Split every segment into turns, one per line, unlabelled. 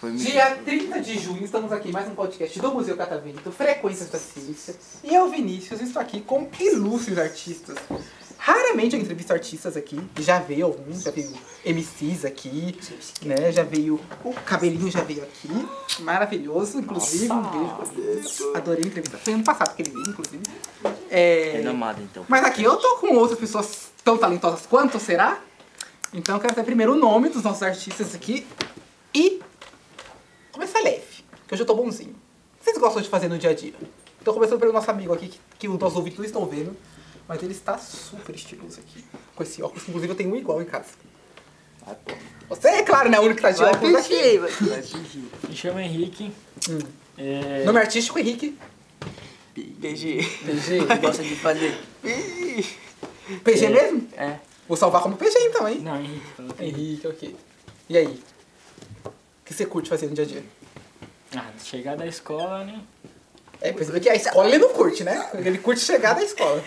Foi
Dia 30 de junho, estamos aqui em mais um podcast do Museu Catavento, Frequências da Ciência. E eu, Vinícius, estou aqui com ilustres artistas. Raramente eu entrevisto artistas aqui, já veio alguns, já veio MCs aqui, né? Já veio o cabelinho, já veio aqui. Maravilhoso, inclusive, um beijo pra você. Adorei a entrevista. Foi ano passado que ele veio, inclusive. É,
renomado, então.
Mas aqui eu tô com outras pessoas tão talentosas quanto, será? Então eu quero saber primeiro o nome dos nossos artistas aqui. E começar leve, que hoje eu tô bonzinho. O que vocês gostam de fazer no dia a dia? Então começando pelo nosso amigo aqui, que, que os nossos ouvintes não estão vendo. Mas ele está super estiloso aqui. Com esse óculos, que inclusive eu tenho um igual em casa. Você, é claro, né? O único que tá de óculos aqui.
Me chamo Henrique.
Hum.
É,
Nome artístico, Henrique.
PG.
PG.
Gosta de fazer.
PG mesmo?
é.
Vou salvar como PG então, hein?
Não, Henrique. fala que-
Henrique, ok. E aí? O que você curte fazer no dia a dia?
Ah, chegar da escola, né?
É, percebeu que a escola ele não curte, né? Ele curte chegar da escola.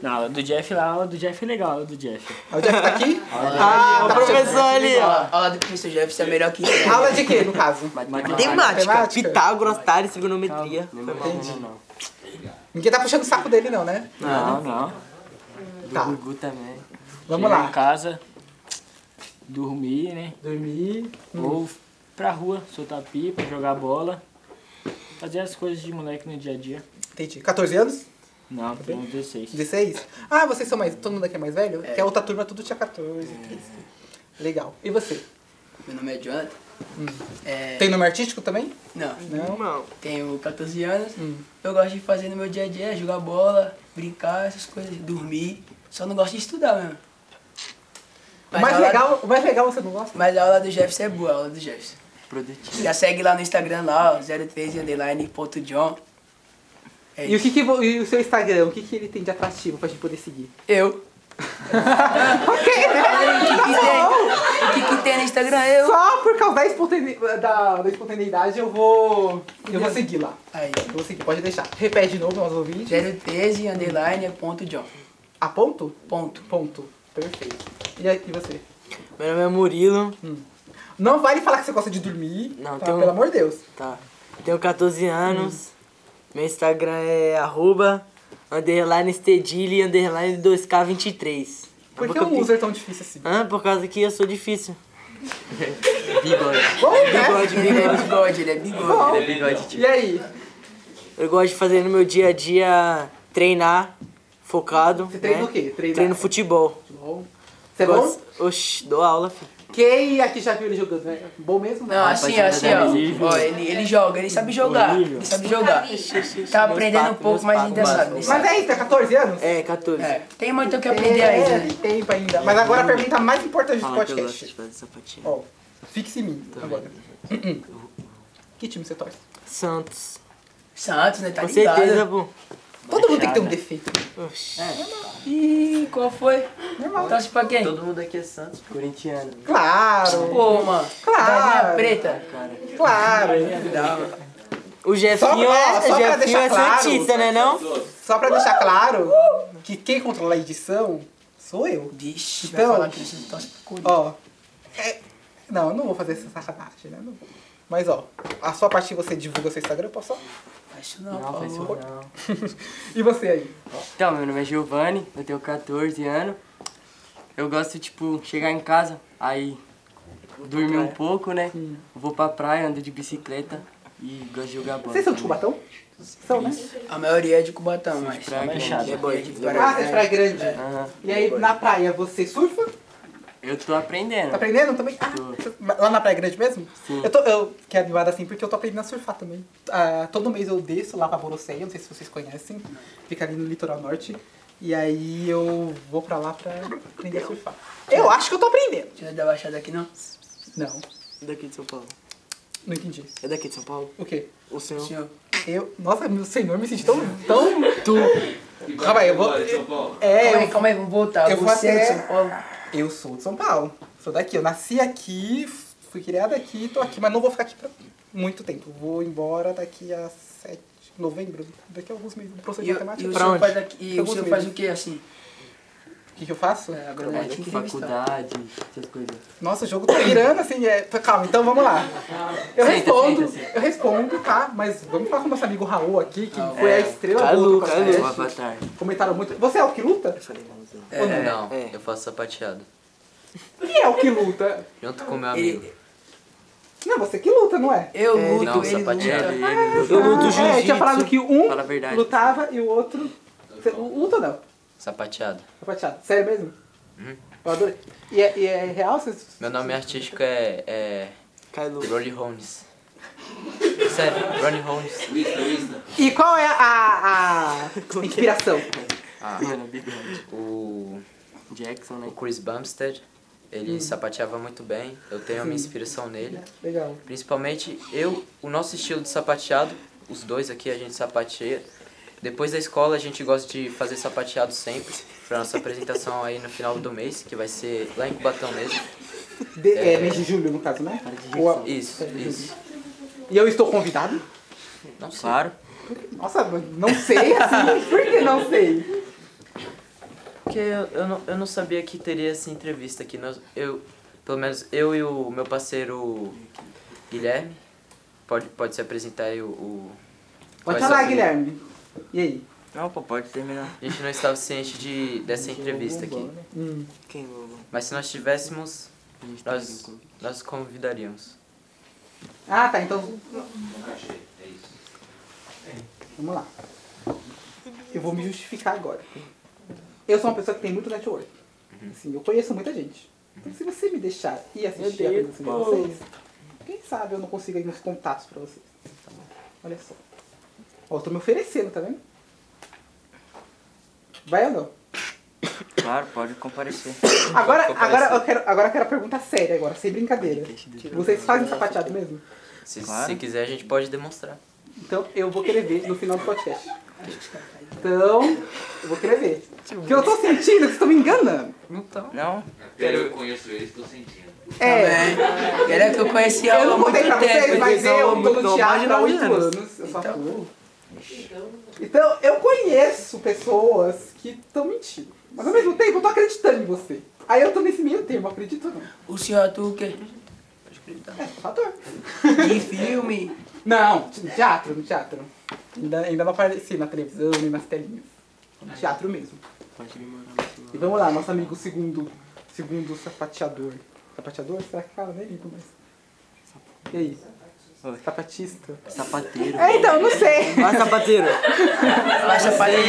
Na aula É. do Jeff lá, a aula do Jeff é legal, a aula do Jeff.
Aí o Jeff tá aqui. Ah, tá.
ali, ó.
A aula do professor Jeff é melhor que
Aula de quê, no caso?
Matemática.
Ah, Matemática.
Pitágoras, Tales, trigonometria.
Entendi. Ninguém tá puxando o saco dele não, né?
Não, não.
Tá,
Gugu também.
vamos
Chegar
lá.
em casa, dormir, né?
Dormir.
Ou pra rua, soltar pipa, jogar bola. Fazer as coisas de moleque no dia a dia.
Entendi. 14 anos?
Não, tenho 16.
16? Ah, vocês são mais... Todo mundo aqui é mais velho? Que a outra turma tudo tinha 14, 15. Legal. E você? Hum.
Meu nome é Jonathan. É,
Tem nome artístico também?
Não,
Não.
tenho 14 anos.
Hum.
Eu gosto de fazer no meu dia a dia, é jogar bola, brincar, essas coisas, dormir. Só não gosto de estudar mesmo.
O
Mas a
mais
aula-
legal, o mais legal você não gosta?
Mas a aula do Jefferson é boa, a aula do Jefferson.
Produtivo.
Já segue lá no Instagram lá, ó, 03 underline ponto John. É
E o,
isso.
que que vo- e o seu Instagram, o que, que ele tem de atrativo pra gente poder seguir?
Eu.
Ok, né?
O que, que tem? O que, que tem no Instagram? Eu.
Só por causa da, espontane- da- da espontaneidade eu vou. Eu vou seguir lá.
Aí.
Eu vou seguir, pode deixar. Repete de novo, nós ouvimos.
013 underline é ponto John.
A ponto?
Ponto.
Ponto. Perfeito. E, aí, e você? Hum.
Meu nome é Murilo.
Não vale falar que você gosta de dormir.
Não,
tá?
tem um-
Pelo amor de Deus.
Tá. Tenho 14 anos. Meu Instagram é arroba underline stedili underline 2K23.
Por que
Porque eu
um user tão difícil assim?
Ah, por causa que eu sou difícil.
Bom,
um
né?
Bigode, ele é bigode, ele é bigode.
Bom.
bigode,
E aí?
Eu gosto de fazer no meu dia a dia treinar, focado.
Você treina
né?
o quê? Treina-
Treino futebol.
Bom. Você é bom? Tá
Gosto- Oxi, dou aula, filho.
Quem aqui já viu ele jogando? né? Bom mesmo?
Não, assim, assim, ó. ó ele, ele joga, ele sabe jogar.
Horrível.
Ele sabe jogar. Tá aprendendo um
papos,
pouco,
meus
mas ainda
papos.
sabe.
Mas é isso, é 14 anos? É,
É, 14.
É, tem muito o que aprender ainda. né?
tem tempo ainda. Mas agora a pergunta mais importante do
Fala que eu gosto
podcast.
de fazer sapatinho.
Ó, fixe em mim agora. que time você torce?
Santos.
Santos, né? Tá
Com
ligado.
certeza, pô.
Todo mundo tem que ter um defeito.
Oxi.
Ih, qual foi?
Normal.
Torce pra quem?
Todo mundo aqui é Santos.
Corintiano.
Claro,
Pô, mano.
Claro.
Galinha preta.
claro. Só pra-
O Jefinho
só
é,
pra
o Jefinho
deixar
é
claro.
santista, né não?
Só pra deixar claro que quem controla a edição sou eu.
Vixe,
Então-
vai falar que você torce pro Corinthians.
Ó, é- não, eu não vou fazer essa sacanagem, né? Não. Mas ó, a sua parte que você divulga seu Instagram, eu posso só?
Faz isso não,
Não,
por
faz isso
favor.
não.
E você aí?
Então, meu nome é Giovanni, eu tenho 14 anos. Eu gosto, tipo, chegar em casa, aí dormir um pouco, né? Vou pra praia, ando de bicicleta e gosto de jogar bola.
Vocês são de
também.
Cubatão? São, né?
A maioria é de Cubatão, mas.
praia
mas
grande.
é boa, é de
Ah, você é de
Vitória.
Praia Grande.
Aham.
E aí, na praia, você surfa?
Eu tô aprendendo.
Tá aprendendo também? Ah, lá na Praia Grande mesmo?
Sim.
Eu, tô, eu fiquei animada assim porque eu tô aprendendo a surfar também. Ah, todo mês eu desço lá pra Borocéia, não sei se vocês conhecem. Fica ali no litoral norte. E aí eu vou pra lá pra aprender a surfar. Eu acho que eu tô aprendendo.
Você não é da Baixada aqui, não?
Não,
É daqui de São Paulo.
não entendi.
É daqui de São Paulo?
O quê?
O senhor?
Senhor.
Eu. Nossa, meu senhor, me senti tão. tão tu. Calma aí, eu vou. É,
Calma aí,
eu,
calma aí, vamos voltar.
eu vou
Você é de
até-
São Paulo.
eu sou de São Paulo. Sou daqui. Eu nasci aqui, fui criada aqui, tô aqui, mas não vou ficar aqui pra muito tempo. Vou embora daqui a 7 de novembro, daqui a alguns meses, um processo
E,
de
o- e
matemática.
o
Pra
senhor
onde?
faz, aqui, e o
Alguns
senhor faz o
meses.
quê, assim?
O que, que eu faço?
É, agora vai
Trabalho
te
com
entrevistar.
faculdade, essas coisas.
Nossa, o jogo tá virando assim, é. Calma, então vamos lá. Eu
Senta,
respondo,
senta, senta.
eu respondo, tá? Mas vamos falar com o nosso amigo Raul aqui, que foi a estrela
Tá
do podcast.
O avatar.
Comentaram muito. Você é o que luta? Ou não?
Não,
É.
eu faço sapateado.
Quem é o que luta?
Junto com meu
Ele-
amigo.
Não, você que luta, não é?
Eu
É,
luto,
Não,
ele
sapateado.
luta.
ele-
Eu luto
É,
jiu-jitsu.
tinha falado que um
Fala a verdade.
lutava e o outro. Você luta ou não?
Sapateado.
Rapateado. Sério mesmo?
Uhum.
Eu adorei. E é, e é real? Vocês...
Meu nome artístico é, é
Kylo.
Ronnie Holmes. Sério, Ronnie Holmes.
E qual é a, a
é?
inspiração?
Ah,
Mano, bigode.
o,
Jackson, né?
o Chris Bumstead, ele sapateava muito bem. Eu tenho a minha inspiração nele.
Legal.
Principalmente eu, o nosso estilo de sapateado, os dois aqui a gente sapateia. Depois da escola a gente gosta de fazer sapateado sempre pra nossa apresentação aí no final do mês, que vai ser lá em Cubatão mesmo.
De- é,
É.
mês de julho, no caso, né? Ou-
Isso, isso.
E eu estou convidado?
Não sei.
Claro.
Nossa, não sei assim. Por que não sei?
Porque eu, eu, não, eu não sabia que teria essa entrevista aqui. Nós, eu, pelo menos eu e o meu parceiro Guilherme. Pode, pode se apresentar aí o. o
Pode
quais
falar,
assim.
são-
Guilherme. E aí?
Não, pô, pode terminar.
A gente não estava ciente de, dessa entrevista aqui.
né?
Hum.
Quem roubou?
Mas se nós tivéssemos,
A gente tá
nós,
brincando.
nós convidaríamos.
Ah, tá. Então. Vamos lá. Eu vou me justificar agora. Eu sou uma pessoa que tem muito network. Assim, eu conheço muita gente. Então, se você me deixar ir assistir a
Meu
apresentação de
Deus,
vocês, quem sabe eu não consigo aí uns contatos pra vocês. Então, Olha só. Ó, eu tô me oferecendo, tá vendo? Vai ou não?
Claro, pode comparecer.
Agora,
Ficou
agora,
parecendo.
eu quero, agora eu quero a pergunta séria, agora, sem brincadeira. Vocês fazem sapateado mesmo?
Se,
Claro.
se quiser, a gente pode demonstrar.
Então eu vou querer ver no final do podcast. Então, eu vou querer ver. Porque eu tô sentindo que vocês estão me enganando.
Não?
Eu conheço eles, tô sentindo.
É,
Era que eu conhecia
eu
há
não
muito
contei pra vocês,
tempo.
mas
são
eu tô
muito
no teatro há
nove
oito
anos.
anos. Eu só atuo. Então, eu conheço pessoas que estão mentindo. Mas ao mesmo tempo eu tô acreditando em você. Aí eu tô nesse meio termo, acredito ou não.
O senhor atua o quê?
É, fator.
De filme.
Não, no teatro, no teatro. Ainda, ainda não apareci na televisão, nem nas telinhas. No teatro mesmo.
Pode me mandar mais uma.
E vamos lá, nosso amigo segundo. Segundo sapateador. Sapateador? Será que fala? Nem ligo mais. E aí?
Oi.
Sapatista?
Sapateiro.
É, então, não sei.
Vai, sapateiro.
Baixa a parede.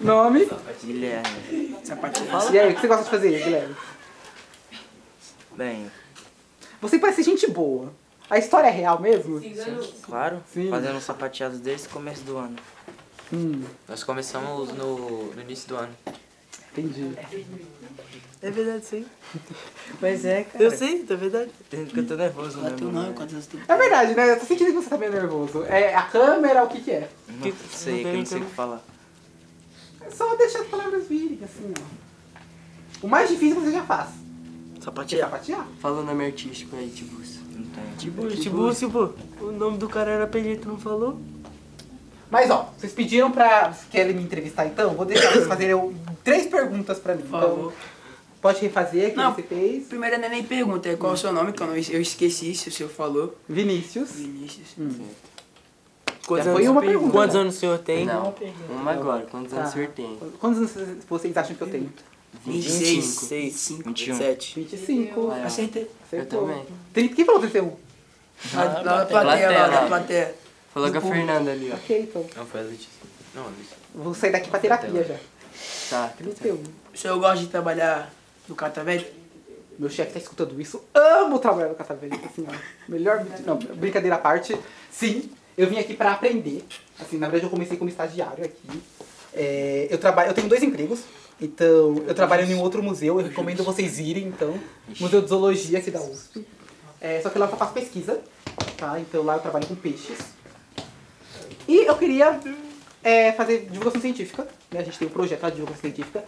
Nome.
Guilherme.
E aí, o que você gosta de fazer, Guilherme?
Bem,
Você parece gente boa. A história é real mesmo?
claro.
Sim.
Fazendo um sapateado desde o começo do ano.
Hum,
Nós começamos no, no início do ano.
entendi.
É verdade, sim.
Mas é, cara.
Eu sei, é verdade.
Porque eu tô nervoso, né?
Tu
mano?
não, quantas tu...
É verdade, né? Eu tô sentindo que você tá meio nervoso. É a câmera, o que que é?
Não
Que-
sei, que eu não sei o que falar.
É só deixar as palavras virem, assim, ó. O mais difícil você já faz. Que é
Sapateiro.
sapatear.
Fala o nome artístico aí, Tibus. Não tem.
Tibúcio, Tibúcio, pô. O nome do cara era Pelito, não falou?
Mas ó, vocês pediram pra. Vocês querem me entrevistar então? Vou deixar vocês fazerem eu- três perguntas pra mim.
Por
Então,
favor.
pode refazer que
Não.
você fez.
Primeiro não é nem pergunta, é qual o seu nome, que eu, não, eu esqueci se o senhor falou.
Vinícius.
Vinícius.
Hum.
Quantos
Já foi uma
anos-
pergunta.
Quantos anos o senhor tem?
Não, um, uma agora. Quantos anos o
Tá.
senhor tem?
Quantos anos vocês- vocês acham que eu tenho?
26.
21.
7.
25.
Ah,
Acertei.
Eu
Acertou.
também.
30. Quem falou 31? tá
Na, na plateia, lá,
né?
na
Plateia.
plateia.
Falou com a Fernanda ali, ó.
Ok, então.
Não, foi a Letícia. Não, a Letícia.
Vou sair daqui pra terapia já.
Tá.
31.
O senhor gosta de trabalhar no Catavento?
Meu chefe tá escutando isso. Amo trabalhar no Catavento, assim, ó. Melhor. Não, brincadeira à parte. Sim, eu vim aqui pra aprender. Assim, na verdade eu comecei como estagiário aqui. É, eu trabalho, eu tenho dois empregos. Então, eu trabalho em um outro museu, eu recomendo vocês irem, então. Museu de Zoologia aqui da USP. É, só que lá eu só faço pesquisa, tá? Então lá eu trabalho com peixes. E eu queria é, fazer divulgação científica, né? A gente tem um projeto lá de divulgação científica.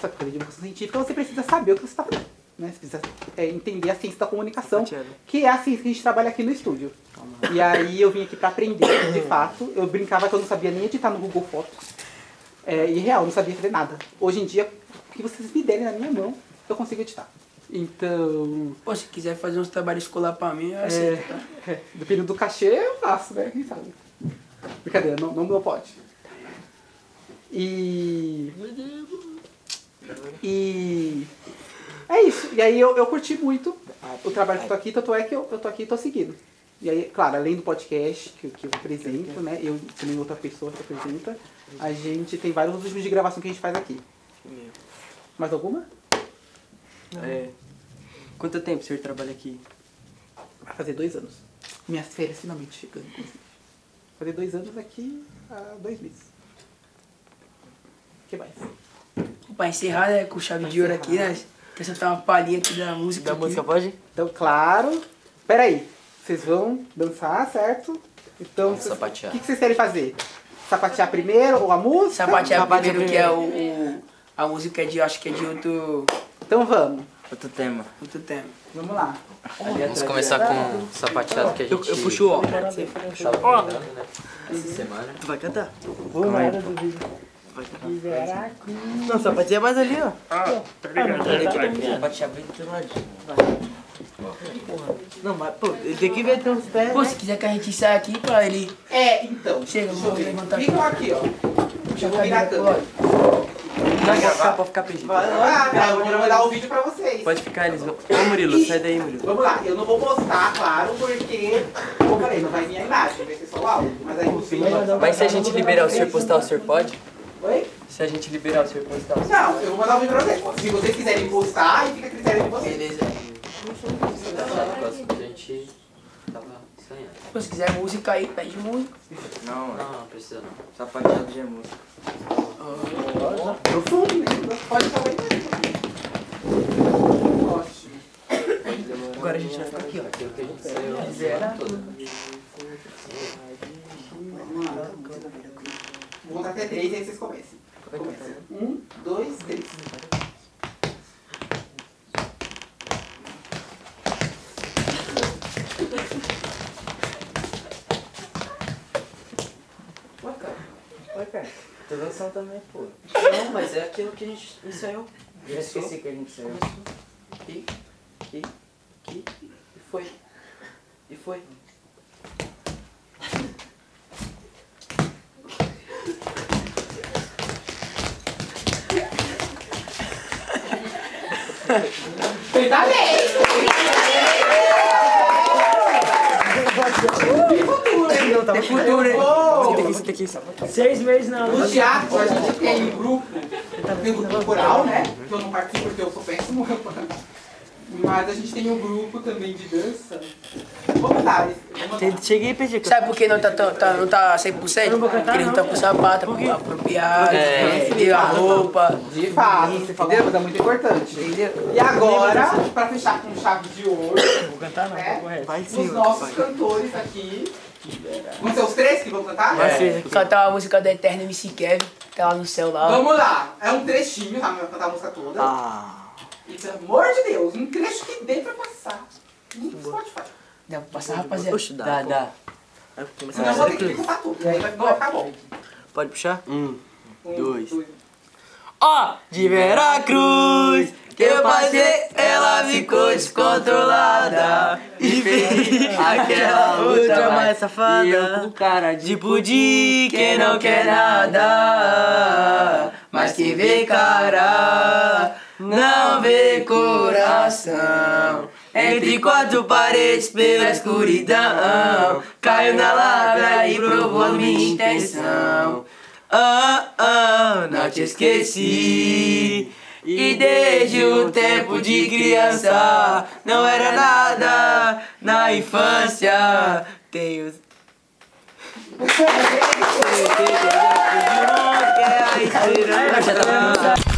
Só que pra fazer divulgação científica você precisa saber o que você está fazendo. né, se quiser é, entender a ciência da comunicação,
Sapateado.
que é a ciência que a gente trabalha aqui no estúdio. E aí eu vim aqui pra aprender, de fato. Eu brincava que eu não sabia nem editar no Google Fotos. É, e real, eu não sabia fazer nada. Hoje em dia, o que vocês me derem na minha mão, eu consigo editar. Então,
Pô, se quiser fazer uns trabalhos escolar pra mim, eu aceito. tá?
é, é, dependendo do cachê, eu faço, né? Quem sabe? Brincadeira, não, não, não pode. E. E. É isso. E aí eu, eu curti muito o trabalho que eu tô aqui, tanto é que eu, eu tô aqui e tô seguindo. E aí, claro, além do podcast que, eu- que eu apresento, né? Eu e também outra pessoa que apresenta, a gente tem vários outros vídeos de gravação que a gente faz aqui. Mais alguma?
É. Quanto tempo o senhor trabalha aqui?
Vai fazer dois anos. Minhas férias finalmente chegando. inclusive. Fazer dois anos daqui a dois meses. O que mais?
Pra encerrar, né, com chave
Pra
de ouro
encerrar.
aqui, né? Quer soltar uma palhinha aqui da música.
Da
aqui.
música pode?
Então, claro. Peraí. Vocês vão dançar, certo? Então,
Vamos
vocês-
sapatear.
o que que vocês querem fazer? Sapatear primeiro ou a música?
Sapatear
Sapatear
primeiro, que é o, o- A música é de. Acho que é de outro.
Então vamos.
Outro tema.
Outro tema.
Vamos lá.
Vamos começar com o sapateado que a gente
Eu puxo o ó.
puxava cantando, né? Essa semana.
Tá
Tu vai cantar?
Vamos lá.
Não, sapateia mais ali, ó.
Sapatear bem do teu ladinho.
Não, mas, pô, ele tem que ver tem uns pés.
Pô, se quiser que a gente saia aqui pra ele.
É, então.
Chega, eu vou levantar
Ficam aqui, ó. Eu vou virar a câmera.
Não, pode ficar, pode ficar perdido.
Vai lá, tá? Eu vou mandar o vídeo pra vocês.
Pode ficar, eles vão. Ô Murilo, sai daí, Murilo.
Vamos lá, eu não vou postar, claro, porque. Como eu falei, não vai minha imagem, vai ser só o áudio. Mas aí você.
Mas se a gente liberar o senhor postar, o senhor pode?
Oi?
Se a gente liberar o senhor postar, o senhor.
Não, eu vou mandar o vídeo pra vocês. Se vocês quiserem postar, aí fica a critério de vocês.
Beleza. Essa próxima que a gente tava sonhando.
Pô, se quiser música aí, pede música.
Não,
Não, não precisa não.
sapateado de música.
Profundo, né? Pode falar aí. Ótimo.
Agora a gente vai ficar aqui, ó.
Aquilo que a gente saiu a semana toda. né?
Vou contar até três, aí vocês comecem. Começa. Um, dois, três.
Tô dançando também, pô.
Não, mas é aquilo que a gente ensaiou.
Já esqueci que a gente saiu.
Que e foi. E foi.
tá
Tem futuro, hein?
Seis meses na
No
luz.
teatro, a gente tem um grupo, tem um grupo coral, né? Que eu não participo porque eu sou péssimo. Mas a gente tem um grupo também de dança. Vou mandar esse. Vou mandar.
Cheguei e pedi.
Sabe por que não tá, tão- tá, não tá 100%? Porque ele não tá com sapato, apropriado, entendeu? A roupa.
De fato, você falou uma coisa muito importante. E agora, pra fechar com chave de ouro,
Vou cantar não, tá
É.
vou correr.
Vai sim,
os
ó.
nossos cantores aqui. Vão ser os três que vão cantar?
Cantar a música da Eterna MC Kevin, tá lá no céu lá. ó.
Vamos lá. É um trechinho, tá? Não vai cantar a música toda.
Ah.
E pelo amor de Deus, um trecho que dê pra passar. No Spotify.
Dá pra passar, rapaziada.
Oxe,
Dá,
dá. pô.
dá.
Aí começa
Senão eu vou ter que
a
cantar tudo. E aí vai, não vai ficar bom.
Pode puxar?
Um.
Um,
Dois.
Ó, de Veracruz, que eu passei, ela ficou descontrolada. E fez aquela outra mais
E eu com
safada. Tipo
cara de
De pudim, quem não quer nada, mas que vê cara, não vê coração. Entre quatro paredes pela escuridão, caiu na lábia e provou minha intenção. Ah, ah, não te esqueci. E desde o tempo de criança, não era nada na infância. Tenho. Eu já tava